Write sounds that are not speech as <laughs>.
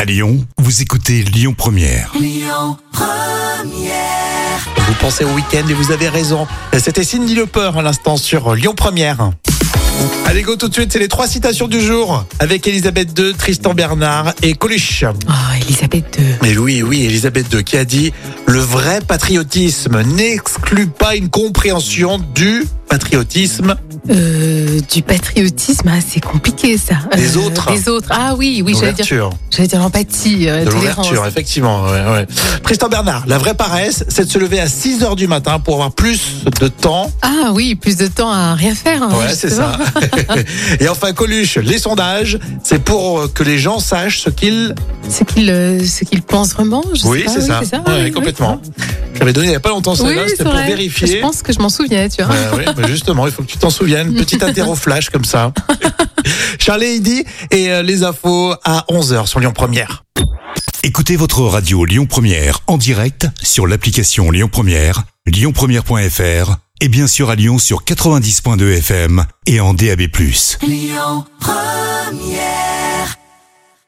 À Lyon, vous écoutez Lyon Première. Vous pensez au week-end et vous avez raison. C'était Cindy Le Peur à l'instant sur Lyon Première. Allez go tout de suite, c'est les trois citations du jour avec Elisabeth II, Tristan Bernard et Coluche. Oh, Elisabeth II. Mais oui, oui, Elisabeth II qui a dit le vrai patriotisme n'exclut pas une compréhension du patriotisme. Euh, du patriotisme, ah, c'est compliqué ça. Des autres. Des autres. Ah oui, oui, j'allais dire, d'ouverture. j'allais dire l'empathie, euh, De tolérance. l'ouverture, effectivement. ouais, ouais. Tristan Bernard, la vraie paresse, c'est de se lever à 6 heures du matin pour avoir plus de temps Ah oui, plus de temps à rien faire. hein, Ouais, c'est justement. ça. <laughs> Et enfin, Coluche, les sondages, c'est pour euh, que les gens sachent ce qu'ils. Ce qu'il, euh, ce qu'il pense vraiment. Je sais pas, Ah Ouais, oui, oui, complètement. Je l'avais donné il n'y a pas longtemps, Oui, celle-là, c'est c'était pour vrai. Je vérifier. pense hein. que je m'en souviens, tu vois. Ouais, ouais, mais justement, il faut que tu t'en souviennes. <laughs> Petit interro flash comme ça. Charlie Heidi et euh, les infos à 11h sur Lyon Première. Écoutez votre radio Lyon Première en direct sur l'application Lyon Première, lyonpremière.fr et bien sûr à Lyon sur 90.2 FM et en DAB+. Lyon Première